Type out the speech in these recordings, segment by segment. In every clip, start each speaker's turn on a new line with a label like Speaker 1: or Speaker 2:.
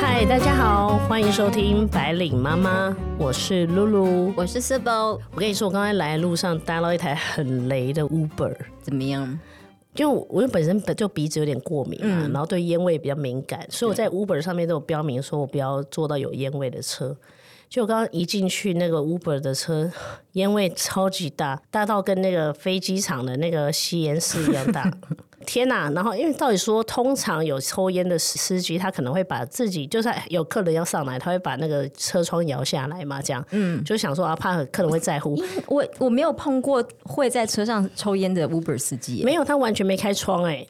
Speaker 1: 嗨，大家好，欢迎收听白领妈妈，我是露露。
Speaker 2: 我是 s i b o
Speaker 1: 我跟你说，我刚才来的路上搭到一台很雷的 Uber，
Speaker 2: 怎么样？
Speaker 1: 因为我我因为本身本就鼻子有点过敏嘛，然后对烟味比较敏感，所以我在 Uber 上面都有标明说我不要坐到有烟味的车。就我刚刚一进去那个 Uber 的车，烟味超级大，大到跟那个飞机场的那个吸烟室一样大。天呐！然后因为到底说，通常有抽烟的司司机，他可能会把自己，就算有客人要上来，他会把那个车窗摇下来嘛，这样，嗯，就想说啊，怕客人会在乎。
Speaker 2: 我我没有碰过会在车上抽烟的 Uber 司机耶，
Speaker 1: 没有，他完全没开窗哎、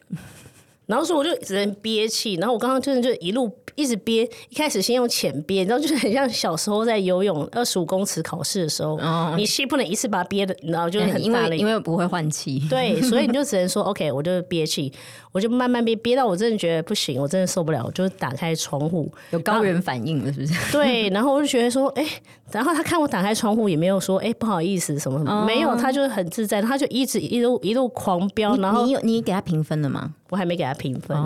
Speaker 1: 然后说我就只能憋气，然后我刚刚真的就一路一直憋，一开始先用浅憋，你知道就是很像小时候在游泳二十五公尺考试的时候，
Speaker 2: 哦
Speaker 1: 你气不能一次把它憋的，然后就是很
Speaker 2: 因
Speaker 1: 大
Speaker 2: 为
Speaker 1: 力。
Speaker 2: 因为不会换气。
Speaker 1: 对，啊所以你就只能说 OK，我就憋气，我就慢慢憋，憋到我真的觉得不行，我真的受不了，我就打开窗户，
Speaker 2: 有高原反应了，是不是？
Speaker 1: 对，然后我就觉得说，哎、然后他看我打开窗户，也没有说，哎、不好意思什么什
Speaker 2: 哦
Speaker 1: 么，没有，他就是很自在，他就一直一路一路狂飙， 然后
Speaker 2: 你有你给他评分了吗？
Speaker 1: 我还没给他评分，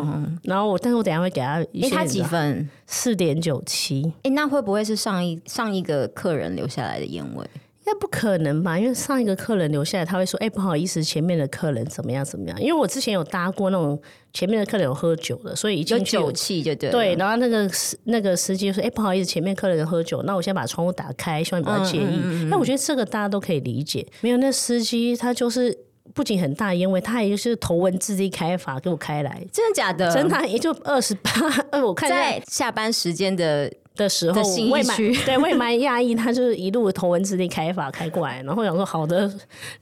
Speaker 1: 然后我但是我等一下会给他一
Speaker 2: 哎，
Speaker 1: 些，
Speaker 2: 哦他几分？
Speaker 1: 四点九七，应
Speaker 2: 哎，那会不会是上一上一个客人留下来的烟味？
Speaker 1: 该不可能吧？因为上一个客人留下来，他会说，哎、不好意思，前面的客人怎么样怎么样？因为我之前有搭过那种前面的客人有喝酒的，所以一
Speaker 2: 有
Speaker 1: 进去
Speaker 2: 酒气就对了。
Speaker 1: 对，然后那个司那个司机就说：“哎、不好意思，前面客人喝酒，那我先把窗户打开，希望你不要
Speaker 2: 嗯
Speaker 1: 介意。那我觉得这个大家都可以理解。没有那司机他就是不仅很大烟味，他也就是头文字 D 开法给我开来，
Speaker 2: 真的假的？
Speaker 1: 真的也就二十八。呃，我看一下
Speaker 2: 在下班时间的
Speaker 1: 的时候
Speaker 2: 的，信义
Speaker 1: 我也蛮
Speaker 2: 区
Speaker 1: 对，我也蛮讶异，他就是一路头文字 D 开法开过来，然后我想说好的，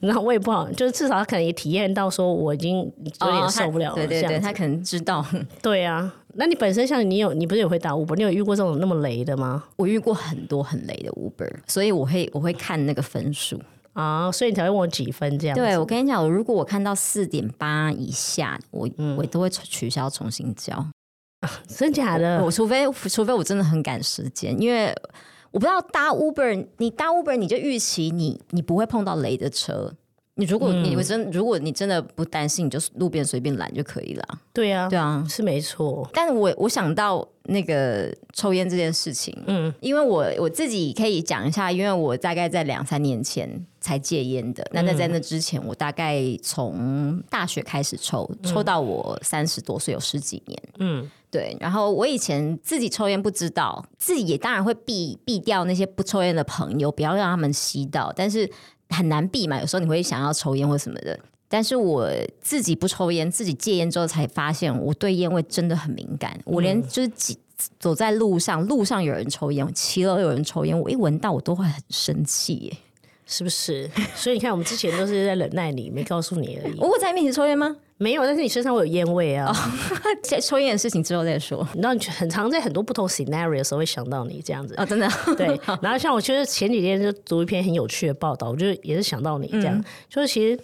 Speaker 1: 然后我也不好，就是至少他可能也体验到说我已经有
Speaker 2: 哦
Speaker 1: 点
Speaker 2: 他
Speaker 1: 受不了了，
Speaker 2: 对对
Speaker 1: 这
Speaker 2: 对，
Speaker 1: 样子
Speaker 2: 他可能知道。
Speaker 1: 对啊。那你本身像你有，你不是也会打 Uber，你有遇过这种那么雷的吗？
Speaker 2: 我遇过很多很雷的 Uber，所以我会我会看那个分数。
Speaker 1: 啊，所以你才会问我几分这样。
Speaker 2: 对，我跟你讲，我如果我看到四点八以下，我、
Speaker 1: 嗯
Speaker 2: 我都会取消重新交。
Speaker 1: 真假的？
Speaker 2: 我除非除非我真的很赶时间，因为我不知道搭 Uber，你搭 Uber 你就预期你你不会碰到雷的车。你如果
Speaker 1: 嗯
Speaker 2: 你我真如果你真的不担心，你就路边随便拦就可以了。
Speaker 1: 对啊，
Speaker 2: 对啊，
Speaker 1: 是没错。
Speaker 2: 但我我想到那个抽烟这件事情，嗯，因为我我自己可以讲一下，因为我大概在两三年前才戒烟的。那那在那之前，我大概从大学开始抽，抽到我三十多岁，有十几年。
Speaker 1: 嗯，
Speaker 2: 对，然后我以前自己抽烟不知道，自己也当然会避避掉那些不抽烟的朋友，不要让他们吸到，但是很难避嘛。有时候你会想要抽烟或什么的，但是我自己不抽烟，自己戒烟之后才发现，我对烟味真的很敏感。我连就是几走在路上，路上有人抽烟，骑楼有人抽烟，我一闻到我都会很生气耶。
Speaker 1: 是不是？所以你看，我们之前都是在忍耐你，没告诉你而已。
Speaker 2: 我哦会在你面前抽烟吗？
Speaker 1: 没有，但是你身上会有烟味啊。
Speaker 2: 抽烟的事情之后再说。
Speaker 1: 你知道，你很常在很多不同 scenario 的时候会想到你这样子。
Speaker 2: 哦，真的，
Speaker 1: 对，然后像我其实前几天就读一篇很有趣的报道，我就也是想到你这样，就是其实。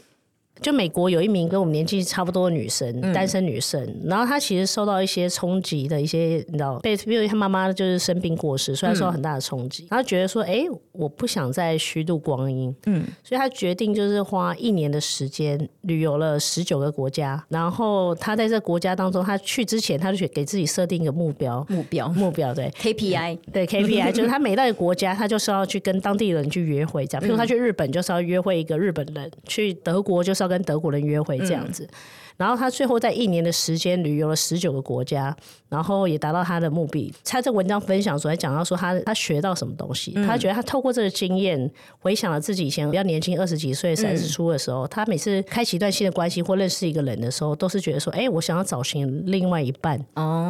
Speaker 1: 就美国有一名跟我们年纪差不多的女生，单身女生，然后她其实受到一些冲击的一些，你知道，被因为她妈妈就是生病过世，所以她受到很大的冲击，然后觉得说，哎，我不想再虚度光阴，嗯，所以她决定就是花一年的时间旅游了十九个国家，然后她在这国家当中，她去之前，她就给自己设定一个目标，
Speaker 2: 目标
Speaker 1: 目标对，
Speaker 2: KPI。
Speaker 1: 对 KPI，就是他每到一个国家，他就是要去跟当地人去约会，这样。譬如他去日本，就是要约会一个日本人；去德国，就是要跟德国人约会这样子。然后他最后在一年的时间旅游了十九个国家，然后也达到他的目的。他这文章分享所还讲到说他他学到什么东西，他觉得他透过这个经验，回想了自己以前比较年轻二十几岁、三十出的时候，他每次开启一段新的关系或认识一个人的时候，都是觉得说，哎，我想要找寻另外一半，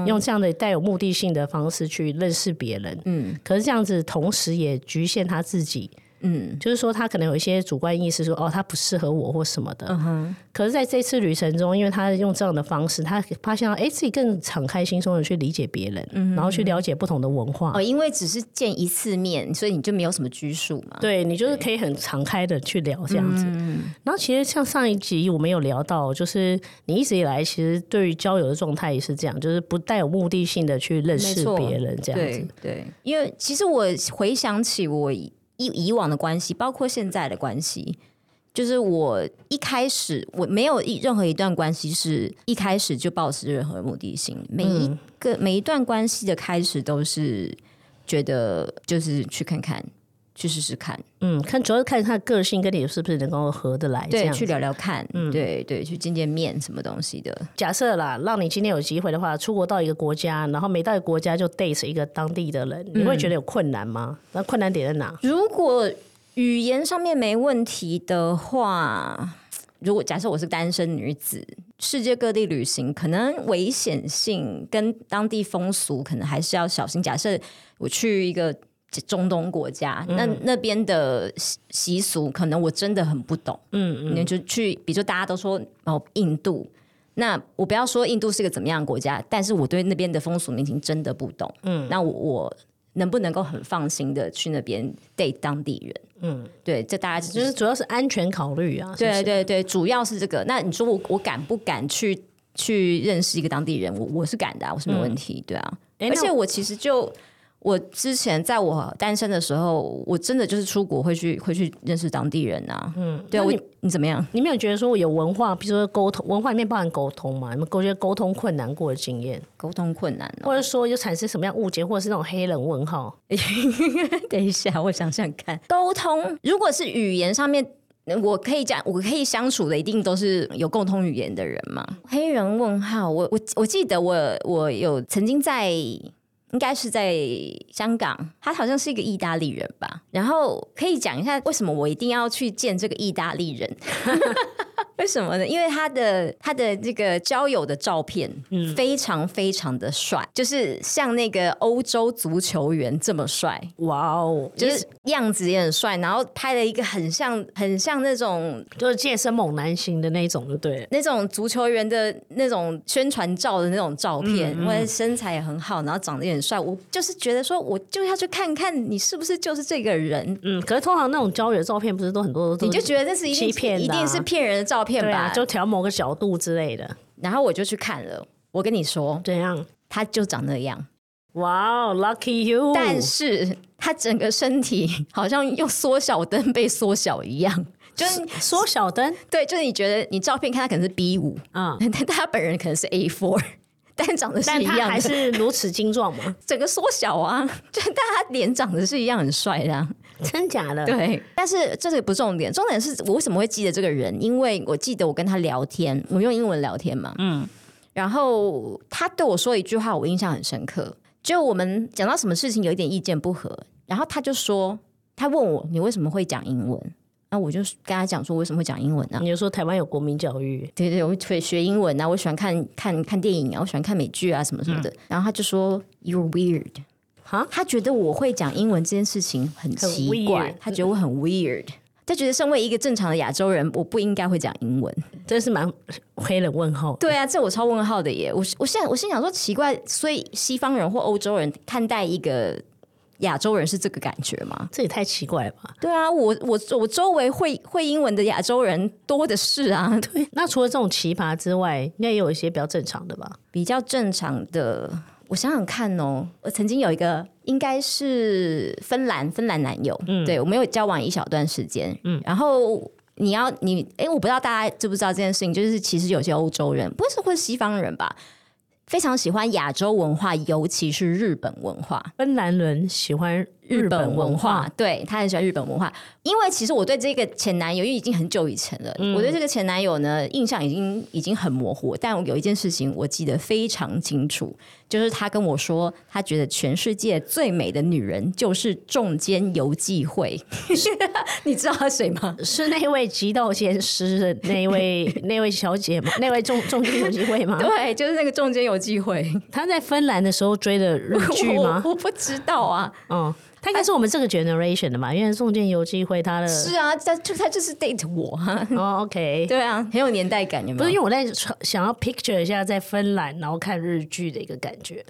Speaker 1: 用这样的带有目的性的方式去认识别人，嗯，可是这样子同时也局限他自己，嗯，就是说他可能有一些主观意识说，哦，他不适合我或什么的，嗯哼。可是在这次旅程中，因为他用这样的方式，他发现到，哎、自己更敞开心胸的去理解别人，然后去了解不同的文化，
Speaker 2: 哦，因为只是见一次面，所以你就没有什么拘束嘛。
Speaker 1: 对你就是可以很敞开的去聊这样子。然后其实像上一集我们有聊到，就是你一直以来其实对于交友的状态也是这样，就是不带有目的性的去认识
Speaker 2: 没错
Speaker 1: 别人这样子
Speaker 2: 对。对，因为其实我回想起我以以以往的关系，包括现在的关系，就是我一开始我没有一任何一段关系是一开始就抱持任何目的性，每
Speaker 1: 嗯
Speaker 2: 一个、每一段关系的开始都是觉得就是去看看，去试试看，
Speaker 1: 嗯，看主要是看他的个性跟你是不是能够合得来，这
Speaker 2: 对，
Speaker 1: 样
Speaker 2: 去
Speaker 1: 子。嗯
Speaker 2: 聊聊看，对对，去见见面什么东西的，
Speaker 1: 假设啦，让你今天有机会的话，出国到一个国家，然后每到一个国家就 date 一个当地的人，你会觉得有困难吗？那困难点在哪？
Speaker 2: 如果语言上面没问题的话，如果假设我是单身女子，世界各地旅行，可能危险性跟当地风俗可能还是要小心。假设我去一个中东国家，那那边的习习俗可能我真的很不懂。嗯嗯，你就去，比如说大家都说哦，印度。那我不要说印度是个怎么样的国家，但是我对那边的风俗民情真的不懂。嗯，那我我能不能够很放心的去那边 date 当地人？嗯，对，这大家就
Speaker 1: 就是是主要是安全考虑啊。是不
Speaker 2: 对
Speaker 1: 是
Speaker 2: 对对，主要是这个。那你说我我敢不敢去去认识一个当地人？我我是敢的、啊，我是没问题，对啊。
Speaker 1: 诶
Speaker 2: 而
Speaker 1: 那
Speaker 2: 且我其实就我之前在我单身的时候，我真的就是出国会去会去认识当地人啊。嗯，对
Speaker 1: 那
Speaker 2: 啊，我
Speaker 1: 你
Speaker 2: 你怎么样？
Speaker 1: 你没有觉得说有文化，比如说沟通文化里面包含沟通嘛？你们有觉得沟通困难过的经验，
Speaker 2: 沟通困难哦。
Speaker 1: 或者说有产生什么样误解，或者是那种黑人问号？
Speaker 2: 等一下，我想想看，沟通如果是语言上面。我可以讲，我可以相处的一定都是有共通语言的人嘛。黑人问号，我我我记得我我有曾经在，应该是在香港，他好像是一个意大利人吧。然后可以讲一下为什么我一定要去见这个意大利人？ 为什么呢？因为他的他的这个交友的照片，非常非常的帅，就是像那个欧洲足球员这么帅。
Speaker 1: 哇哦，
Speaker 2: 就
Speaker 1: 就是是
Speaker 2: 样子也很帅，然后拍了一个很像很像那种
Speaker 1: 就是健身猛男型的那一种，就对了。
Speaker 2: 那种足球员的那种宣传照的那种照片，
Speaker 1: 嗯
Speaker 2: 或者身材也很好，然后长得也很帅，我就是觉得说，我就要去看看你是不是就是这个人，
Speaker 1: 嗯，可是通常那种交友的照片，不是都很多都
Speaker 2: 你就觉得这是一定
Speaker 1: 欺骗的啊
Speaker 2: 一定是骗人的照片
Speaker 1: 对
Speaker 2: 吧？
Speaker 1: 啊，就调某个角度之类的，
Speaker 2: 然后我就去看了，我跟你说，
Speaker 1: 这样。
Speaker 2: 他就长那
Speaker 1: 哦
Speaker 2: 样，
Speaker 1: 哇哦，lucky you！
Speaker 2: 但是他整个身体好像用缩小灯被缩小一样，就是
Speaker 1: 缩小灯
Speaker 2: 对，就是你觉得你照片看他可能是 B 五。
Speaker 1: 啊，
Speaker 2: 但但他本人可能是 A four，但 长得是
Speaker 1: 但
Speaker 2: 一
Speaker 1: 他
Speaker 2: 样
Speaker 1: 还
Speaker 2: 的，
Speaker 1: 是如此精壮 嘛？
Speaker 2: 整个缩小啊， 就但他脸长得是一样很帅 的、啊，
Speaker 1: 真假的？
Speaker 2: 对。但是这个不重点，重点是我为什么会记得这个人，因为我记得我跟他聊天，我们用英文聊天嘛，嗯，然后他对我说一句话，我印象很深刻，就我们讲到什么事情有一点意见不合，然后他就说，他问我你为什么会讲英文，那我就跟他讲说我为什么会讲英文呢、啊
Speaker 1: 你就说台湾有国民教育，
Speaker 2: 对对，我会学英文啊，我喜欢看看看电影啊，我喜欢看美剧啊，什么什么的。然后他就说 You're weird，
Speaker 1: 哈
Speaker 2: 他觉得我会讲英文这件事情很
Speaker 1: 很
Speaker 2: 奇怪
Speaker 1: weird，
Speaker 2: 他觉得我很 weird，他觉得身为一个正常的亚洲人，我不应该会讲英文。
Speaker 1: 真是蛮黑人问号。
Speaker 2: 对啊，这我超问号的耶！我我现在我心想说奇怪，所以西方人或欧洲人看待一个亚洲人是这个感觉吗？
Speaker 1: 这也太奇怪了吧？
Speaker 2: 对啊，我我我周围会会英文的亚洲人多的是啊，
Speaker 1: 对，那除了这种奇葩之外，应该也有一些比较正常的吧？
Speaker 2: 比较正常的。我想想看哦，我曾经有一个应该是芬兰芬兰男友，对我们有交往一小段时间，然后。你要你哎，我不知道大家知不知道这件事情，就是其实有些欧洲人，不是或是西方人吧，非常喜欢亚洲文化，尤其是日本文化。
Speaker 1: 芬兰人喜欢
Speaker 2: 日
Speaker 1: 本
Speaker 2: 本文化，，对他很喜欢日本文化。因为其实我对这个前男友，因为已经很久以前了，
Speaker 1: 嗯
Speaker 2: 我对这个前男友呢印象已经已经很模糊。但我有一件事情我记得非常清楚，就是他跟我说，他觉得全世界最美的女人就是中间游记会。 你知道他谁吗？
Speaker 1: 是那位极道先师的那 位那位小姐吗？那位重重金有机会吗？
Speaker 2: 对，就是那个中间游记会。
Speaker 1: 她在芬兰的时候追的日剧吗？
Speaker 2: 我我不知道啊。
Speaker 1: 嗯，她应该是我们这个 generation 的嘛，因为中间有机会她的
Speaker 2: 是啊，他就他就是 date 我啊。
Speaker 1: 哦，OK。
Speaker 2: 对啊，很有年代感，有没有？
Speaker 1: 不是因为我在想要 picture 一下在芬兰，然后看日剧的一个感觉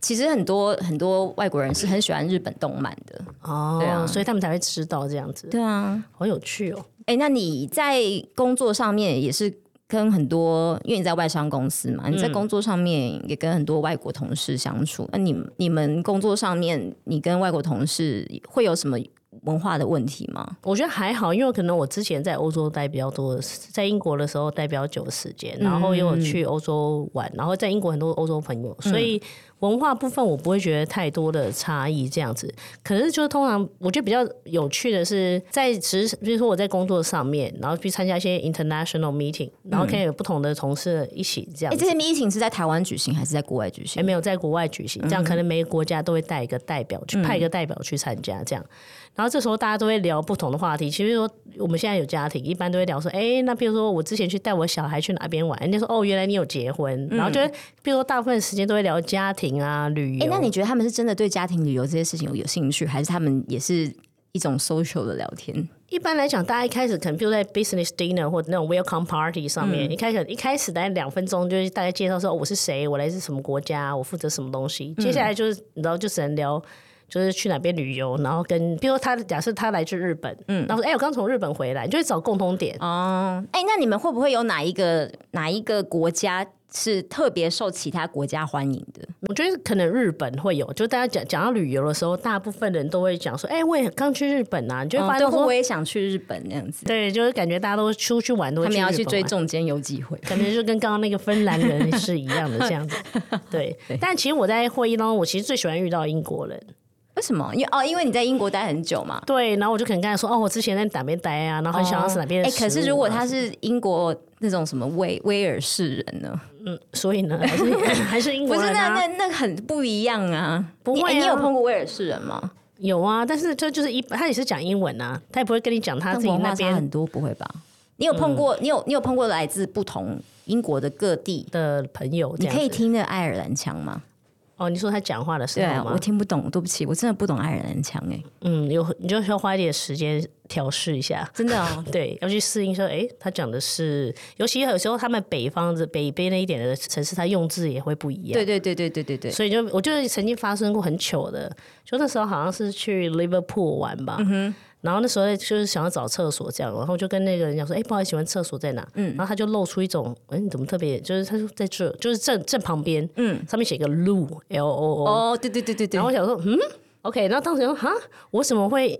Speaker 2: 其实很多很多外国人是很喜欢日本动漫的。
Speaker 1: 哦，
Speaker 2: 对啊
Speaker 1: 所以他们才会知道这样子，
Speaker 2: 对啊，
Speaker 1: 好有趣哦。
Speaker 2: 哎、那你在工作上面也是跟很多，因为你在外商公司嘛，你在工作上面也跟很多外国同事相处。那、你你们工作上面，你跟外国同事会有什么文化的问题吗？
Speaker 1: 我觉得还好，因为可能我之前在欧洲待比较多的时，在英国的时候待比较久的时间，然后又有去欧洲玩，然后在英国很多欧洲朋友，所以文化部分我不会觉得太多的差异这样子。可是就是通常我觉得比较有趣的是，在职，比如说我在工作上面，然后去参加一些 international meeting，然后可以有不同的同事一起这样
Speaker 2: 哎，
Speaker 1: 子。
Speaker 2: 这些 meeting 是在台湾举行还是在国外举
Speaker 1: 也
Speaker 2: 行？
Speaker 1: 没有在国外举行，这
Speaker 2: 嗯
Speaker 1: 样可能每个国家都会带一个代表去派一个代表去参加这样。然后这时候大家都会聊不同的话题，其实说我们现在有家庭，一般都会聊说，哎，那比如说我之前去带我小孩去哪边玩，人家说哦，原来你有结婚，
Speaker 2: 嗯
Speaker 1: 然后就会，比如说大部分时间都会聊家庭啊、旅
Speaker 2: 哎、
Speaker 1: 游。
Speaker 2: 那你觉得他们是真的对家庭旅游这些事情有有兴趣，还是他们也是一种 social 的聊天？
Speaker 1: 一般来讲，大家一开始可能比如在 business dinner 或者那种 welcome party 上
Speaker 2: 嗯
Speaker 1: 面，一开始一开始大概两分钟就是大家介绍说、哦我是谁，我来自什么国家，我负责什么东西。
Speaker 2: 嗯
Speaker 1: 接下来就是你知道就只能聊。就是去哪边旅游，然后跟，比如说他假设他来自日本，嗯，然后说，哎、我刚从日本回来，你就会找共通点，
Speaker 2: 哦，哎，那你们会不会有哪一个哪一个国家是特别受其他国家欢迎的？
Speaker 1: 我觉得可能日本会有，就大家讲讲到旅游的时候，大部分人都会讲说，哎、我也刚去日本啊，你就会
Speaker 2: 哦
Speaker 1: 发
Speaker 2: 对，
Speaker 1: 现
Speaker 2: 会
Speaker 1: 说，
Speaker 2: 不会也想去日本那样子？
Speaker 1: 对，就是感觉大家都出去玩，都会
Speaker 2: 他们要
Speaker 1: 日
Speaker 2: 去
Speaker 1: 本
Speaker 2: 追
Speaker 1: 玩
Speaker 2: 中间有机会。
Speaker 1: 可能就跟刚刚那个芬兰人是一样的这样 子。对，但其实我在会议当中，我其实最喜欢遇到英国人。
Speaker 2: 为什么？因为哦，因为你在英国待很久嘛。
Speaker 1: 对，然后我就可能跟他说，哦，我之前在哪边待啊，然后很想要吃哪边的
Speaker 2: 哎、
Speaker 1: 食物啊、
Speaker 2: 可是如果他是英国那种什么威威尔士人呢？
Speaker 1: 所以呢，还是还是英
Speaker 2: 不
Speaker 1: 国
Speaker 2: 是，
Speaker 1: 人
Speaker 2: 那
Speaker 1: 啊，
Speaker 2: 那那很不一样啊！
Speaker 1: 不
Speaker 2: 你
Speaker 1: 会
Speaker 2: 哎你
Speaker 1: 啊
Speaker 2: 有碰过威尔士人吗？
Speaker 1: 有啊，但是这就是一，他也是讲英文啊，他也不会跟你讲他
Speaker 2: 但
Speaker 1: 自己
Speaker 2: 文化
Speaker 1: 那
Speaker 2: 差
Speaker 1: 边嗯
Speaker 2: 很多，不会吧？你有碰过？你有你有碰过来自不同英国的各地？
Speaker 1: 的朋友这
Speaker 2: 你
Speaker 1: 样
Speaker 2: 可
Speaker 1: 子。
Speaker 2: 以听那个爱尔兰腔吗？
Speaker 1: 哦，你说他讲话的时
Speaker 2: 对
Speaker 1: 候
Speaker 2: 啊，
Speaker 1: 吗
Speaker 2: 我？听不懂，对不起，我真的不懂爱尔兰腔哎、
Speaker 1: 嗯，有你就需要花一点时间调试一下。
Speaker 2: 真的哦。
Speaker 1: 对，要去适应说，诶，他讲的是，尤其有时候他们北方的北边那一点的城市，他用字也会不一样。
Speaker 2: 对对对对对对对，
Speaker 1: 所以就我就曾经发生过很糗的，就那时候好像是去 Liverpool 玩吧，
Speaker 2: 嗯
Speaker 1: 然后那时候就是想要找厕所这样，然后就跟那个人讲说，哎、不好意思，请问厕所在哪？
Speaker 2: 嗯
Speaker 1: 然后他就露出一种，哎、你怎么特别？就是他说在这，就是正正旁边，上面写个 loo l o o，
Speaker 2: 嗯哦，对对对对对
Speaker 1: 然后，我想说，嗯，OK，然后当时想说，哈，我怎么会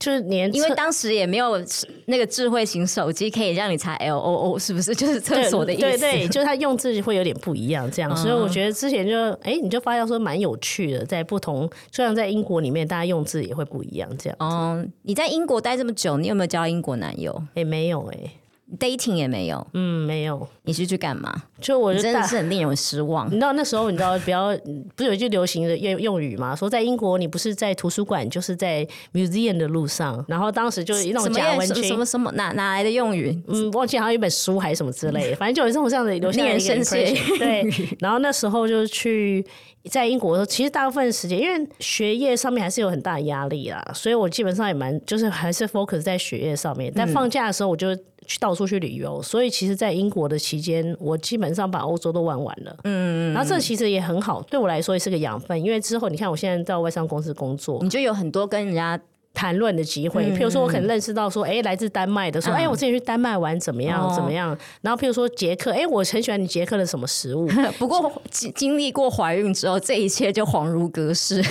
Speaker 1: 就是连
Speaker 2: 因为
Speaker 1: 厕
Speaker 2: 当时也没有那个智慧型手机可以让你查 L O O 是不 是就是厕所的意思？
Speaker 1: 对
Speaker 2: 嗯
Speaker 1: 对， 就是它用字会有点不一样，这样，所以我觉得之前就哎、你就发现说蛮有趣的，在不同，虽然在英国里面，大家用字也会不一样，这样，
Speaker 2: 哦，你在英国待这么久，你有没有交英国男友
Speaker 1: 哎、没有哎、
Speaker 2: ？dating 也没有，
Speaker 1: 嗯，没有，
Speaker 2: 你是去干嘛？
Speaker 1: 就我
Speaker 2: 你
Speaker 1: 就
Speaker 2: 真的
Speaker 1: 大。
Speaker 2: 是很令人失望
Speaker 1: 你。知道那时候你知道比较不是有一句流行的用用语嘛？说在英国你不是在图书馆就是在 museum 的路上，然后当时就一
Speaker 2: 什
Speaker 1: 种
Speaker 2: 么
Speaker 1: 假
Speaker 2: 样
Speaker 1: 文
Speaker 2: 什么什
Speaker 1: 青
Speaker 2: 么，什么哪哪来的用语？
Speaker 1: 嗯，忘记好像有一本书还是什么之 类的，反正就有这种这样的留下来的一个
Speaker 2: 令人深陷
Speaker 1: impression 对，然后那时候就去在英国的时候，其实大部分时间因为学业上面还是有很大的压力啦，所以我基本上也蛮就是还是 focus 在学业上面。但放假的时候我就去到处去旅游，所以其实，在英国的期间，我基本上把欧洲都玩完了。嗯，然后这其实也很好，对我来说也是个养分，因为之后你看我现在到外商公司工作，
Speaker 2: 你就有很多跟人家
Speaker 1: 谈论的机
Speaker 2: 嗯
Speaker 1: 会。譬如说，我可能认识到说，哎、来自丹麦的，说，哎、我之前去丹麦玩怎么样、
Speaker 2: 哦
Speaker 1: 怎么样。然后譬如说捷克，哎、我很喜欢你捷克的什么食 物。
Speaker 2: 不过经经历过怀孕之后，这一切就恍如隔世。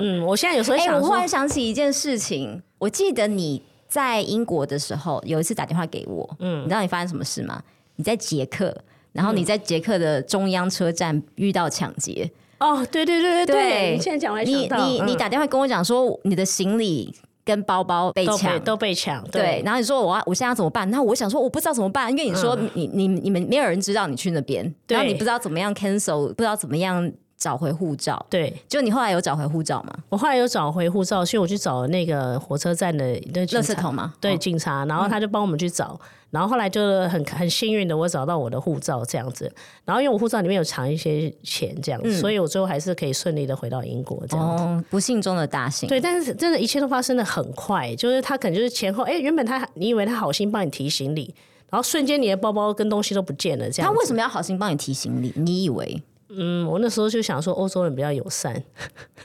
Speaker 1: 嗯，我现在有时候
Speaker 2: 哎、
Speaker 1: 想
Speaker 2: 我忽
Speaker 1: 说，
Speaker 2: 然想起一件事情，我记得你在英国的时候有一次打电话给我，嗯，你知道你发生什么事吗？你在捷克，然
Speaker 1: 嗯
Speaker 2: 后你在捷克的中央车站遇到抢劫，
Speaker 1: 哦，对对对对
Speaker 2: 对
Speaker 1: 你现在讲我还想
Speaker 2: 你
Speaker 1: 到，
Speaker 2: 你
Speaker 1: 嗯
Speaker 2: 你打电话跟我讲说你的行李跟包包被
Speaker 1: 都
Speaker 2: 抢
Speaker 1: 被。嗯都被抢，
Speaker 2: 对，，然后你说我要我现在要怎么办？然后我想说我不知道怎么办，因为你说你、你你们没有人知道你去那边，
Speaker 1: 嗯对
Speaker 2: 然后你不知道怎么样 cancel，不知道怎么样找回护照。
Speaker 1: 对
Speaker 2: 就你后来有找回护照吗？
Speaker 1: 我后来有找回护照，所以我去找那个火车站的那
Speaker 2: 垃
Speaker 1: 警察，
Speaker 2: 圾桶吗？
Speaker 1: 对
Speaker 2: 哦，嗯
Speaker 1: 警察，然后他就帮我们去找，然后后来就很很幸运的，我找到我的护照这样子，然后因为我护照里面有藏一些钱这样，所以我最后还是可以顺利的回到英国这样子。
Speaker 2: 嗯哦，不幸中的大幸。
Speaker 1: 对，但是真的，一切都发生的很快，就是他可能就是前后，哎、原本他你以为他好心帮你提行李，然后瞬间你的包包跟东西都不见了，这
Speaker 2: 他
Speaker 1: 样。
Speaker 2: 为什么要好心帮你提行李？你以为
Speaker 1: 嗯，我那时候就想说，欧洲人比较友善，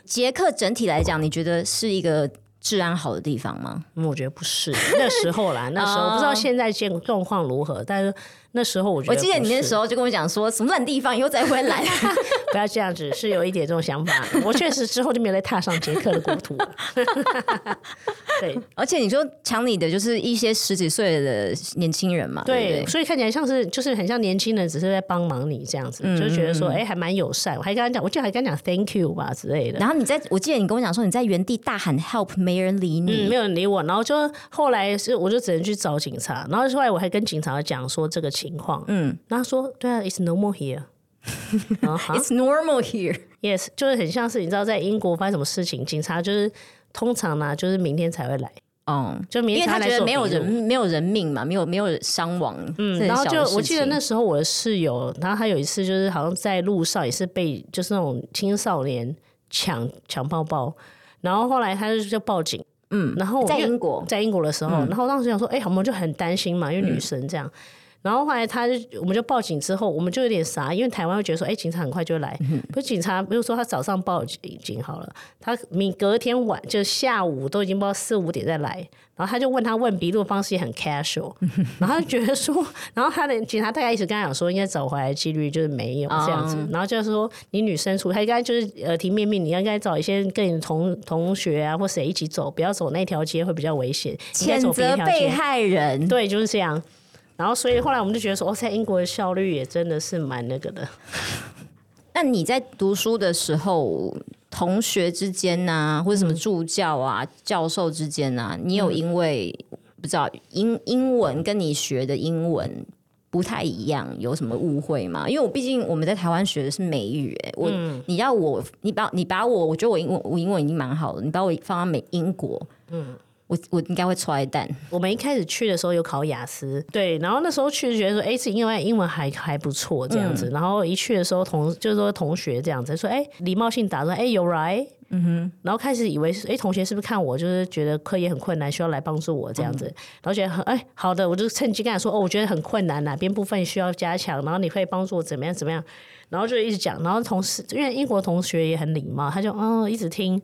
Speaker 2: 捷克整体来讲，你觉得是一个治安好的地方吗？
Speaker 1: 嗯，我觉得不是那时候啦，那时候不知道现在现状况如何，但是那时候我觉
Speaker 2: 哦我
Speaker 1: 得，
Speaker 2: 记得你那时
Speaker 1: 候
Speaker 2: 候就跟我讲说，什么烂地方，以后再回来。
Speaker 1: 不要这样子， 是有一点这种想法。我确实之后就没有再踏上捷克的国土了。对
Speaker 2: 而且你说抢你的就是一些十几岁的年轻人嘛，对
Speaker 1: 对，
Speaker 2: 不对
Speaker 1: 所以看起来像是就是很像年轻人，只是在帮忙你这样子，就觉得
Speaker 2: 嗯
Speaker 1: 说哎、还蛮友善。我还跟他讲，我记得还跟他讲 thank you 吧之类的。
Speaker 2: 然后你在我记得你跟我讲说你在原地大喊 help，没人理
Speaker 1: 嗯，
Speaker 2: 你，
Speaker 1: 没有人理我，然后就后来是我就只能去找警察，然后后来我还跟警察讲说这个情况，嗯，然后他说对啊，it's no more here，然后哈
Speaker 2: It's normal here。
Speaker 1: Yes，就是很像是你知道，在英国发生什么事情，警察就是通常呢、就是明天才会来，
Speaker 2: 哦，
Speaker 1: 就明
Speaker 2: 因
Speaker 1: 天
Speaker 2: 为
Speaker 1: 才
Speaker 2: 他
Speaker 1: 会来
Speaker 2: 觉得
Speaker 1: 做
Speaker 2: 没有
Speaker 1: 笔录
Speaker 2: 人。没有人命嘛，没有没有伤亡，嗯
Speaker 1: 然后就我记得那时候我的室友，然后他有一次就是好像在路上也是被就是那种青少年抢抢包包，然后后来他就就报警，嗯，然后我
Speaker 2: 在
Speaker 1: 因为
Speaker 2: 英国
Speaker 1: 在英国的时候，然后当时想说，哎、我们就很担心嘛，因为女生这样。然后后来他就，我们就报警之后，我们就有点傻，因为台湾会觉得说，哎，警察很快就来。不是警察，比如说他早上报警警好了，他明隔天晚就下午都已经不知道四五点再来。然后他就问他问笔录的方式也很 casual，然后他就觉得说，然后他的警察大概一直跟他讲说，应该找回来的几率就是没
Speaker 2: 啊
Speaker 1: 有这样子。然后就是说，你女生出，他应该就是呃提面命，你应该找一些跟你同同学啊或谁一起走，不要走那条街会比较危险。你应该走
Speaker 2: 谴
Speaker 1: 别
Speaker 2: 责
Speaker 1: 条
Speaker 2: 被
Speaker 1: 街。
Speaker 2: 害人，
Speaker 1: 对，就是这样。然后，所以后来我们就觉得说，哦，在英国的效率也真的是蛮那个的。
Speaker 2: 那你在读书的时候，同学之间呐、或者什
Speaker 1: 嗯
Speaker 2: 么助教啊、教授之间呐、你有因为、不知道英英文跟你学的英文不太一样，有什么误会吗？因为我毕竟我们在台湾学的是美语、欸，我、
Speaker 1: 嗯
Speaker 2: 你要我，你把你把我，我觉得我英文我英文已经蛮好了，你把我放到美英国，嗯，我我应该会踹蛋，
Speaker 1: 我们一开始去的时候有考雅思，对，然后那时候去就觉得说，哎、自己因为英文还还不错这样子。然后一去的时候同就是说同学这样子说，哎、礼貌性打说，哎、有 right。嗯哼，然后开始以为是哎，同学是不是看我就是觉得科研很困难，需要来帮助我这样子，然后觉得很哎好的，我就趁机跟他说哦，我觉得很困难，哪边部分需要加强，然后你可以帮助我怎么样怎么样，然后就一直讲，然后同事因为英国同学也很礼貌，他就嗯一直听，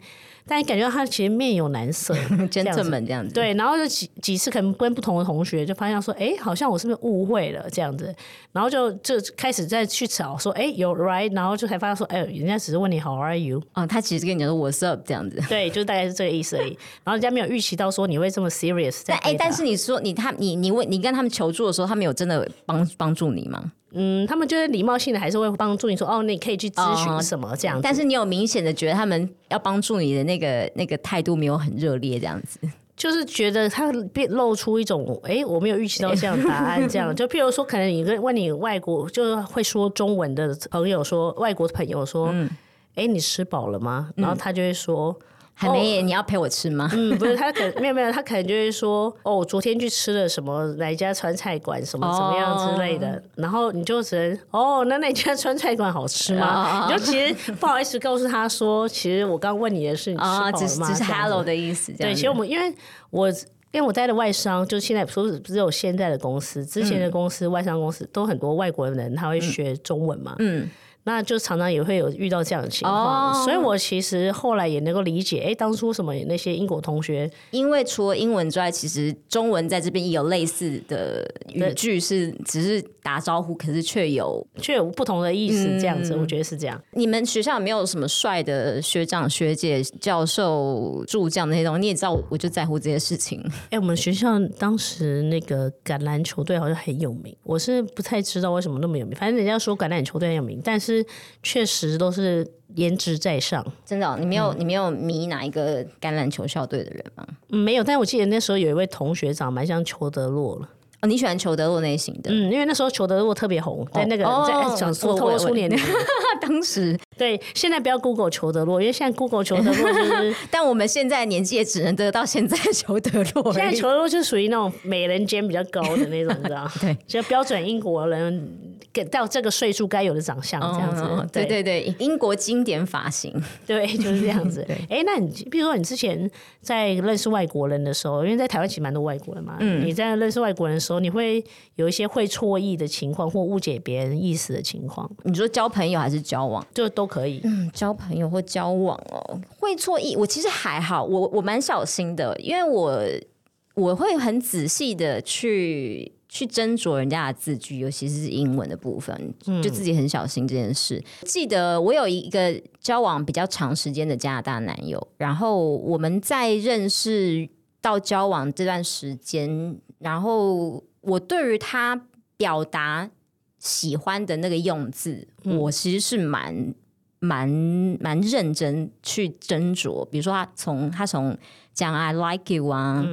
Speaker 1: 但感觉到他其实面有难 色，
Speaker 2: 真
Speaker 1: 样子
Speaker 2: 正们这样子，，
Speaker 1: 对，然后就几几次可能跟不同的同学就发现说，哎，好像我是不是误会了这样子，然后就就开始再去找说，哎，有 right，然后就才发现说，哎，人家只是问你 how are you，
Speaker 2: 哦，他其实跟你讲说 What's up 这样子，
Speaker 1: 对，就是大概是这个意思而已。然后人家没有预期到说你会这么 serious 在
Speaker 2: 但哎、
Speaker 1: 回答
Speaker 2: 但是你说你他你你问你跟他们求助的时候，他们有真的帮帮助你吗？
Speaker 1: 嗯，他们就是礼貌性的还是会帮助你说，哦，你可以去咨询
Speaker 2: 哦
Speaker 1: 什么这样子。
Speaker 2: 但是你有明显的觉得他们要帮助你的那个那个态度没有很热烈这样
Speaker 1: 哦
Speaker 2: 子，
Speaker 1: 就是觉得他变露出一种，哎、我没有预期到这样的答案，这 样就譬如说，可能你跟问你外国就是会说中文的朋友说，外国朋友说，哎、
Speaker 2: 嗯
Speaker 1: 你吃饱了吗？然后他就会说，
Speaker 2: 海梅耶，你要陪我吃吗？
Speaker 1: 嗯，不是，他可能没有没有，他可能就会说，哦，我昨天去吃了什么哪一家川菜馆，什么
Speaker 2: 哦
Speaker 1: 怎么样之类的，然后你就只能，哦，那那家川菜馆好吃
Speaker 2: 啊
Speaker 1: 吗？你就其实不好意思告诉他说，其实我刚问你的是你吃饱了吗？
Speaker 2: 啊、只是只
Speaker 1: 这样
Speaker 2: 是
Speaker 1: 子
Speaker 2: hello 的意思，这
Speaker 1: 对，
Speaker 2: 样
Speaker 1: 其
Speaker 2: 子
Speaker 1: 实我们因为我因为我待的外商，就现在不是只有现在的公司，之前的公司、外商公司都很多外国人，他会学中文嘛，嗯，那就常常也会有遇到这样的情况，
Speaker 2: 哦
Speaker 1: 所以我其实后来也能够理解，哎，当初什么那些英国同学，
Speaker 2: 因为除了英文之外，其实中文在这边也有类似的语句是，只是打招呼，可是却有。
Speaker 1: 却有不同的意思，这样子，我觉得是这样。
Speaker 2: 你们学校有没有什么帅的学长、学姐、教授、助教那些东西？你也知道，我就在乎这些事情。
Speaker 1: 哎、我们学校当时那个橄榄球队好像很有名，我是不太知道为什么那么有名，反正人家说橄榄球队很有名，但是确实都是颜值在上。
Speaker 2: 真的哦、你没有、你没有迷哪一个橄榄球校队的人吗？
Speaker 1: 嗯没有，但我记得那时候有一位同学长蛮像裘德洛了，
Speaker 2: 哦，你喜欢裘德洛那型的？
Speaker 1: 嗯，因为那时候裘德洛特别红，在那个、
Speaker 2: 哦
Speaker 1: 在哎想说
Speaker 2: 我
Speaker 1: 透露
Speaker 2: 我
Speaker 1: 出年龄，
Speaker 2: 那当时，
Speaker 1: 对，现在不要 Google 裘德洛，因为现在 Google 裘德洛就是
Speaker 2: 但我们现在年纪也只能得到现在裘德洛而已。
Speaker 1: 现在裘德洛是属于那种美人尖比较高的那种，你知道吗？
Speaker 2: 对，
Speaker 1: 就标准英国人给到这个岁数该有的长相这样子，
Speaker 2: 哦对对对，英国经典发型，
Speaker 1: 对，就是这样子。哎、那你比如说你之前在认识外国人的时候，因为在台湾其实蛮多外国人嘛，
Speaker 2: 嗯
Speaker 1: 你在认识外国人的时候，你会有一些会错意的情况或误解别人意思的情况，
Speaker 2: 你说交朋友还是交往？
Speaker 1: 就都可以。
Speaker 2: 嗯，交朋友或交往哦，会错意。我其实还好，我我蛮小心的，因为我我会很仔细的去去斟酌人家的字句，尤其是英文的部分，就自己很小心这件事。记得我有一个交往比较长时间的加拿大男友，然后我们在认识。到交往这段时间，然后我对于他表达喜欢的那个用字，我其实是蛮蛮蛮认真去斟酌。比如说他从他从讲 I like you 啊，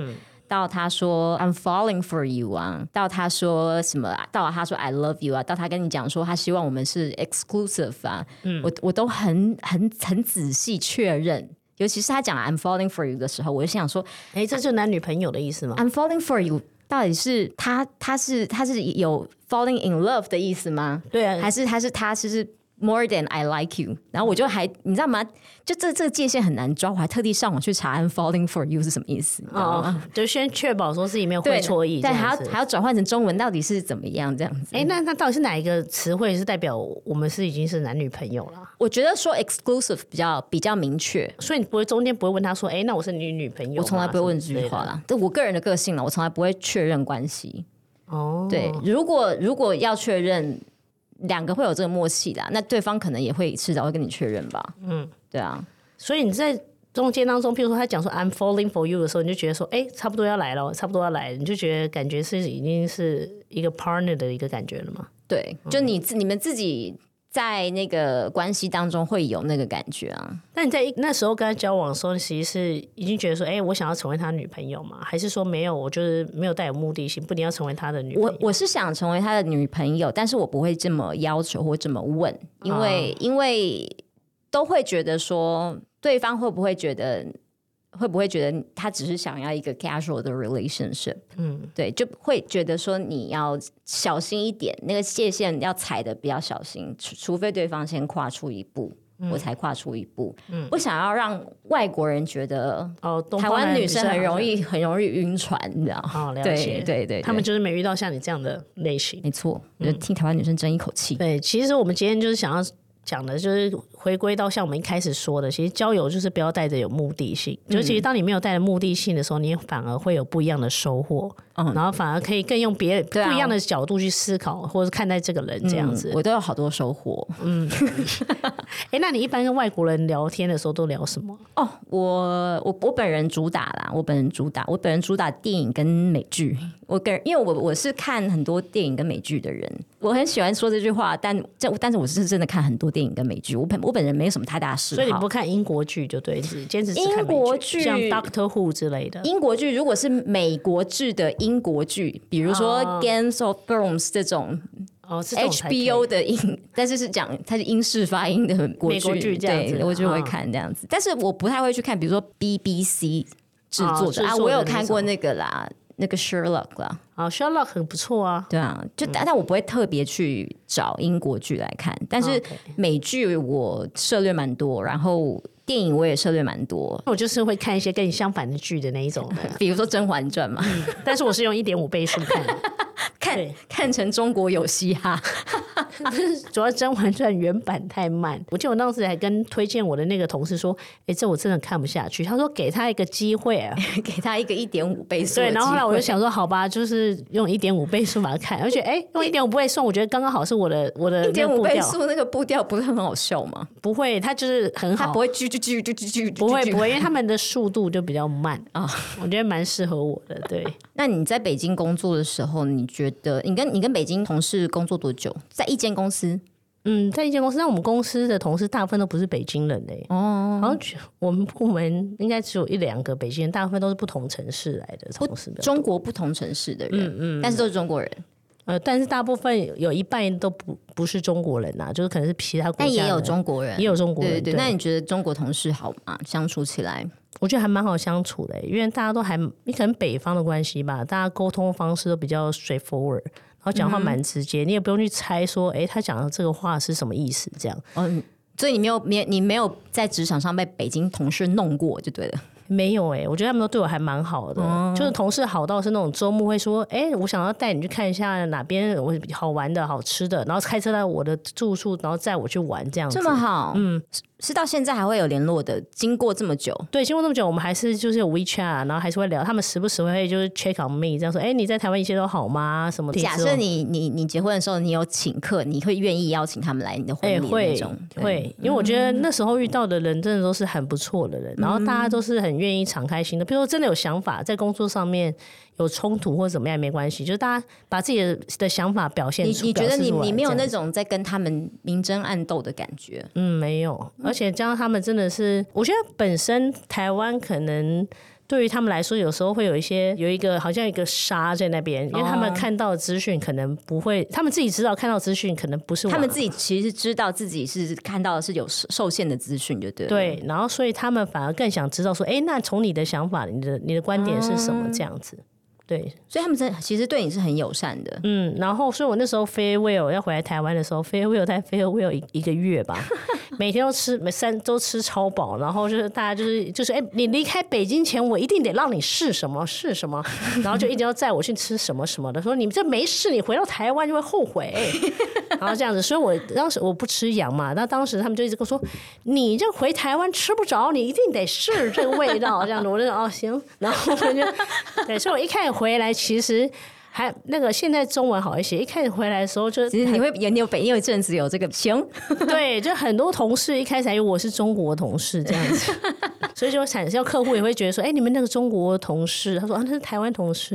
Speaker 2: 到他说 I'm falling for you 啊，到他说什么，到他说 I love you 啊，到他跟你讲说他希望我们是 exclusive 啊，我我都很很很仔细确认。尤其是他讲 I'm falling for you 的时候，我就想说
Speaker 1: 哎、这就是男女朋友的意思吗？
Speaker 2: I'm falling for you 到底是他他是他是有 falling in love 的意思吗？
Speaker 1: 对啊
Speaker 2: 还是他是他是是 more than I like you？然后我就还你知道吗？就这这个界限很难抓，我还特地上网去查 I'm falling for you 是什么意思，你知道吗？
Speaker 1: 哦，就先确保说自己没有
Speaker 2: 对
Speaker 1: 会错意，
Speaker 2: 但还
Speaker 1: 他
Speaker 2: 要还要转换成中文，到底是怎么样这样子？
Speaker 1: 哎、那那到底是哪一个词汇是代表我们是已经是男女朋友了？
Speaker 2: 我觉得说 exclusive 比较比较明确，
Speaker 1: 所以你不会中间不会问他说，哎、那我是你女朋友吗？
Speaker 2: 我从来不会问这
Speaker 1: 什么之
Speaker 2: 句
Speaker 1: 类的
Speaker 2: 话。啦。这我个人的个性了，我从来不会确认关系。
Speaker 1: 哦，
Speaker 2: 对，如果如果要确认，两个会有这个默契的，那对方可能也会迟早会跟你确认吧。嗯，对啊，
Speaker 1: 所以你在中间当中，譬如说他讲说 I'm falling for you 的时候，你就觉得说，哎、差不多要来了，差不多要来了，你就觉得感觉是已经是一个 partner 的一个感觉了嘛？
Speaker 2: 对，就你自、你们自己在那个关系当中会有那个感觉啊。
Speaker 1: 那你在一那时候跟他交往的时候，你其实是已经觉得说，哎、我想要成为他女朋友嘛？还是说没有，我就是没有带有目的性，不一定要成为他的女朋
Speaker 2: 我
Speaker 1: 友？
Speaker 2: 我是想成为他的女朋友，但是我不会这么要求或这么问，因为、因为都会觉得说对方会不会觉得。会不会觉得他只是想要一个 casual 的 relationship？嗯，对，就会觉得说你要小心一点，那个界限要踩的比较小心，除除非对方先跨出一步，我才跨出一步。嗯，我想要让外国人觉得
Speaker 1: 哦，东
Speaker 2: 台
Speaker 1: 方
Speaker 2: 湾
Speaker 1: 的
Speaker 2: 女生很容易很容易晕船，你知道吗？
Speaker 1: 哦，了
Speaker 2: 对
Speaker 1: 解，
Speaker 2: 对对对，
Speaker 1: 他们就是没遇到像你这样的类型。
Speaker 2: 没错，嗯我就替台湾女生争一口气。
Speaker 1: 对，其实我们今天就是想要讲的，就是回归到像我们一开始说的，其实交友就是不要带着有目的性，就
Speaker 2: 嗯
Speaker 1: 其实当你没有带着目的性的时候，你反而会有不一样的收获，
Speaker 2: 嗯
Speaker 1: 然后反而可以更用别人、
Speaker 2: 对啊
Speaker 1: 不一样的角度去思考或者看待这个人这样子
Speaker 2: 嗯。我都有好多收获
Speaker 1: 哎、那你一般跟外国人聊天的时候都聊什么？
Speaker 2: 哦。我我我本人主打啦，我本人主打，我本人主打电影跟美剧。我个人因为我我是看很多电影跟美剧的人，我很喜欢说这句话，但这但是我是真的看很多电影跟美剧。我本我本人没有什么太大嗜
Speaker 1: 所以你
Speaker 2: 好
Speaker 1: 不。看英国剧就对，只坚持只看美
Speaker 2: 英国
Speaker 1: 剧，
Speaker 2: 剧
Speaker 1: 像 Doctor Who 之类的。
Speaker 2: 英国剧如果是美国剧的英国剧，比如说
Speaker 1: 哦
Speaker 2: 《Games of Thrones》这种
Speaker 1: 哦，是这种才可以
Speaker 2: HBO 的英，但是是讲它是英式发音的国
Speaker 1: 美国剧这样子
Speaker 2: 对，我就会
Speaker 1: 啊
Speaker 2: 看这样子。但是我不太会去看，比如说 BBC 制作
Speaker 1: 哦制作
Speaker 2: 的
Speaker 1: 的
Speaker 2: 啊，我有
Speaker 1: 那
Speaker 2: 看过
Speaker 1: 种
Speaker 2: 那个啦，那个 Sherlock 啦，
Speaker 1: 啊，Sherlock 很不错啊。
Speaker 2: 对啊，就但但我不会特别去找英国剧来看，但是
Speaker 1: OK
Speaker 2: 美剧我涉猎蛮多，然后电影我也涉猎蛮多，
Speaker 1: 我就是会看一些跟你相反的剧的那一种 人，
Speaker 2: 比如说《甄嬛传》嘛，
Speaker 1: 但是我是用一点五倍速看的。 嗯
Speaker 2: 看
Speaker 1: 对
Speaker 2: 看成中国有嘻哈，
Speaker 1: 主要《甄嬛传》原版太慢，我记得我当时还跟推荐我的那个同事说：“哎、这我真的看不下去。”他说：“给他一个机会、 啊。
Speaker 2: 给他一个一点五倍”速的
Speaker 1: 对，
Speaker 2: 机会。
Speaker 1: 然后后来我就想说：“好吧，就是用一点五倍速把它看。”而且哎、用一点五倍速，我觉得刚刚好是我的我的
Speaker 2: 一
Speaker 1: 那
Speaker 2: 点
Speaker 1: 个
Speaker 2: 五
Speaker 1: 步
Speaker 2: 倍
Speaker 1: 调，
Speaker 2: 速那个步调不是很好笑吗？
Speaker 1: 不会，它就是很
Speaker 2: 他
Speaker 1: 好
Speaker 2: 不。会啾啾啾啾啾啾，
Speaker 1: 不会不。会，因为他们的速度就比较慢
Speaker 2: 哦
Speaker 1: 啊，我觉得蛮适合我的。对，
Speaker 2: 那你在北京工作的时候，你觉得你跟你跟北京同事工作多久？在一间公司
Speaker 1: 嗯，在一间公司，那我们公司的同事大部分都不是北京人嘞、欸
Speaker 2: 哦，
Speaker 1: 好像全我们部门应该只有一两个北京人，大部分都是不同城市来的同事的。
Speaker 2: 中国不同城市的人，嗯嗯，但是都是中国人，
Speaker 1: 呃，但是大部分有一半都不不是中国人呐、就是可能是其他国家
Speaker 2: 但
Speaker 1: 人，
Speaker 2: 也有中国人，
Speaker 1: 也有中国人。
Speaker 2: 对对对。那你觉得中国同事好吗？相处起来，
Speaker 1: 我觉得还蛮好相处的、欸因为大家都还你可能北方的关系吧，大家沟通方式都比较 straightforward，然后
Speaker 2: 嗯
Speaker 1: 讲话蛮直接，你也不用去猜说，哎，他讲的这个话是什么意思这样。
Speaker 2: 嗯，所以你没有没你没有在职场上被北京同事弄过就对了。
Speaker 1: 没有哎、我觉得他们都对我还蛮好的，
Speaker 2: 哦
Speaker 1: 就是同事好到是那种周末会说，哎、我想要带你去看一下哪边我好玩的好吃的，然后开车到我的住处，然后载我去玩这样子
Speaker 2: 这。么好，嗯，是到现在还会有联络的。经过这么久，
Speaker 1: 对，经过那么久，我们还是就是有 WeChat，啊然后还是会聊，他们时不时会就是 check on me，这样说，哎、你在台湾一切都好吗？什么体质哦？
Speaker 2: 假设你你你结婚的时候，你有请客，你会愿意邀请他们来你的婚
Speaker 1: 哎、
Speaker 2: 礼的那
Speaker 1: 会
Speaker 2: 种？对嗯
Speaker 1: 会，因为我觉得那时候遇到的人真的都是很不错的人，然后大家都是很愿意敞开心的，比如说真的有想法，在工作上面有冲突或怎么样也没关系，就是大家把自己的的想法表现
Speaker 2: 你
Speaker 1: 出。
Speaker 2: 你觉
Speaker 1: 表
Speaker 2: 得
Speaker 1: 示
Speaker 2: 你
Speaker 1: 出来
Speaker 2: 你没有
Speaker 1: 这样
Speaker 2: 那种在跟他们明争暗斗的感觉？
Speaker 1: 嗯，没有，而且加上他们真的是，我觉得本身台湾可能对于他们来说，有时候会有一些有一个好像一个沙在那边，因为他们
Speaker 2: 哦
Speaker 1: 看到的资讯可能不会，他们自己知道看到资讯可能不是
Speaker 2: 他
Speaker 1: 我
Speaker 2: 们自己其实知道自己是看到的是有受受限的资讯，就对了。
Speaker 1: 对，然后所以他们反而更想知道说，哎，那从你的想法、你的你的观点是什么
Speaker 2: 啊
Speaker 1: 这样子。对，
Speaker 2: 所以他们真的其实对你是很友善的。
Speaker 1: 嗯，然后所以我那时候飞 will 要回来台湾的时候，飞 will 在飞 will 一一个月吧，每天都吃每三都吃超饱，然后就是大家就是就是哎、你离开北京前，我一定得让你试什么试什么， 然后就一直要载我去吃什么什么的，说你这没事，你回到台湾就会后悔、哎然后这样子，所以我当时我不吃羊嘛，那当时他们就一直跟我说，你这回台湾吃不着，你一定得试这个味道，这样子，我就说哦行，然后我就对，所以我一开始回来其实。还那个现在中文好一些，一开始回来的时候就
Speaker 2: 其实你会有你有北你有一阵子有这个行，
Speaker 1: 对，就很多同事一开始还以为我是中国同事这样 子，所以就产生客户也会觉得说，哎、你们那个中国同事，他说啊那是台湾同 事，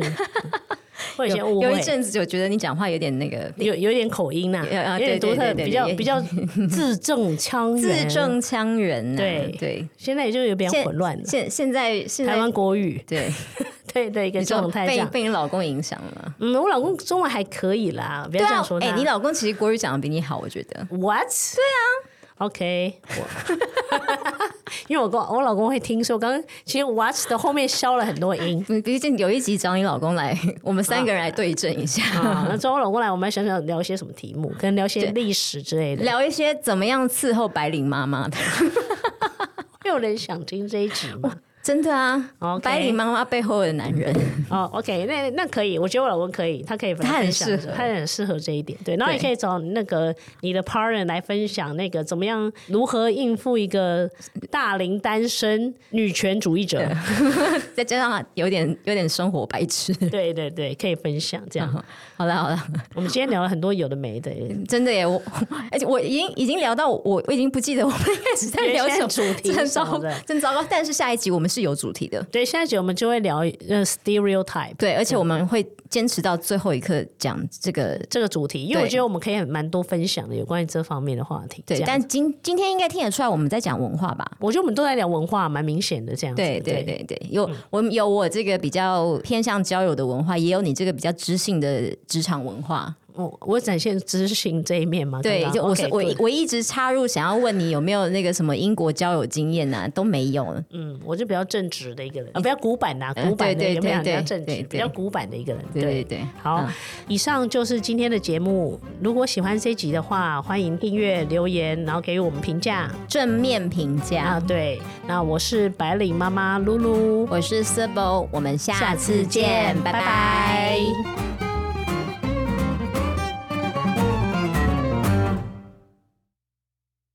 Speaker 1: 会有些误
Speaker 2: 有
Speaker 1: 会，
Speaker 2: 有一阵子就觉得你讲话有点那个
Speaker 1: 哦有有点口音呐、
Speaker 2: 呃啊
Speaker 1: 有点
Speaker 2: 对
Speaker 1: 独
Speaker 2: 对
Speaker 1: 特，
Speaker 2: 对对
Speaker 1: 比较
Speaker 2: 对
Speaker 1: 比 较字正腔圆。
Speaker 2: 字，正腔圆、啊。
Speaker 1: 对
Speaker 2: 对，
Speaker 1: 现在也就有点混乱了。
Speaker 2: 现现在现在
Speaker 1: 台湾国语，
Speaker 2: 对，
Speaker 1: 对对，一个
Speaker 2: 你说
Speaker 1: 状态这
Speaker 2: 被
Speaker 1: 样。
Speaker 2: 被你老公影响了吗？
Speaker 1: 嗯，我老公中文还可以啦，不要
Speaker 2: 对
Speaker 1: 这
Speaker 2: 啊
Speaker 1: 样说，他。
Speaker 2: 哎、你老公其实国语讲的比你好，我觉得。
Speaker 1: what？对啊。OK，我 因为我跟我老公会听，所以我刚刚其实 watch 的后面消了很多音。
Speaker 2: 嗯毕竟有一集找你老公来，我们三个人来对阵一下，
Speaker 1: 啊，那找我老公来，我们来想想聊些什么题目，可能聊些
Speaker 2: 对
Speaker 1: 历史之类的。
Speaker 2: 聊一些怎么样伺候白领妈 妈的。
Speaker 1: 会有人想听这一集吗？
Speaker 2: 真的啊
Speaker 1: OK
Speaker 2: 白领妈妈背后的男 人，
Speaker 1: 哦，OK，那那可以，我觉得我老公可以，他可以分
Speaker 2: 他很
Speaker 1: 分享
Speaker 2: 适
Speaker 1: 这
Speaker 2: 合
Speaker 1: 他很适合这一点。对，然后
Speaker 2: 对
Speaker 1: 也可以找那个你的 partner 来分享那个怎么样如何应付一个大龄单身女权主义者。
Speaker 2: 再加上有点有点生活白痴。
Speaker 1: 对对对，可以分享这样。
Speaker 2: 好了好了，
Speaker 1: 我们今天聊了很多有的没的，
Speaker 2: 真的耶，我而且我已经已经聊到我我已经不记得我们一开始在聊什么
Speaker 1: 原先主题
Speaker 2: 真
Speaker 1: 什
Speaker 2: 糟
Speaker 1: 么的
Speaker 2: 真糟糕。但是下一集我们是有主题的，
Speaker 1: 对，下一集我们就会聊呃 stereotype
Speaker 2: 对，而且我们会坚持到最后一刻讲这个。
Speaker 1: 这个主题，因为
Speaker 2: 对
Speaker 1: 我觉得我们可以很蛮多分享的有关于这方面的话题。
Speaker 2: 对
Speaker 1: 这，样
Speaker 2: 但今今天应该听得出来我们在讲文化吧？
Speaker 1: 我觉得我们都在聊文化，蛮明显的这样子。
Speaker 2: 对对对对，有
Speaker 1: 嗯
Speaker 2: 我有我这个比较偏向交友的文化，也有你这个比较知性的职场文化。
Speaker 1: 我我展现知性这一面嘛。
Speaker 2: 对，
Speaker 1: 刚刚
Speaker 2: 就我是
Speaker 1: OK，
Speaker 2: 我
Speaker 1: good
Speaker 2: 我一直插入想要问你有没有那个什么英国交友经验啊，都没有。
Speaker 1: 嗯，我就比较正直的一个人，啊、比较古板呐、
Speaker 2: 嗯
Speaker 1: 古板的
Speaker 2: 对
Speaker 1: 一个
Speaker 2: 对
Speaker 1: 人，比
Speaker 2: 对
Speaker 1: 较
Speaker 2: 对
Speaker 1: 正
Speaker 2: 对
Speaker 1: 直，
Speaker 2: 对
Speaker 1: 比较古板的一个人。
Speaker 2: 对对对，
Speaker 1: 好，
Speaker 2: 嗯
Speaker 1: 以上就是今天的节目。如果喜欢这集的话，欢迎订阅、留言，然后给予我们评价
Speaker 2: 正面评
Speaker 1: 啊。
Speaker 2: 价。
Speaker 1: 对，那我是白领妈妈露露，
Speaker 2: 我是 s i b o 我们下
Speaker 1: 下
Speaker 2: 次
Speaker 1: 次
Speaker 2: 见
Speaker 1: 见，，
Speaker 2: 拜
Speaker 1: 拜
Speaker 2: 拜
Speaker 1: 拜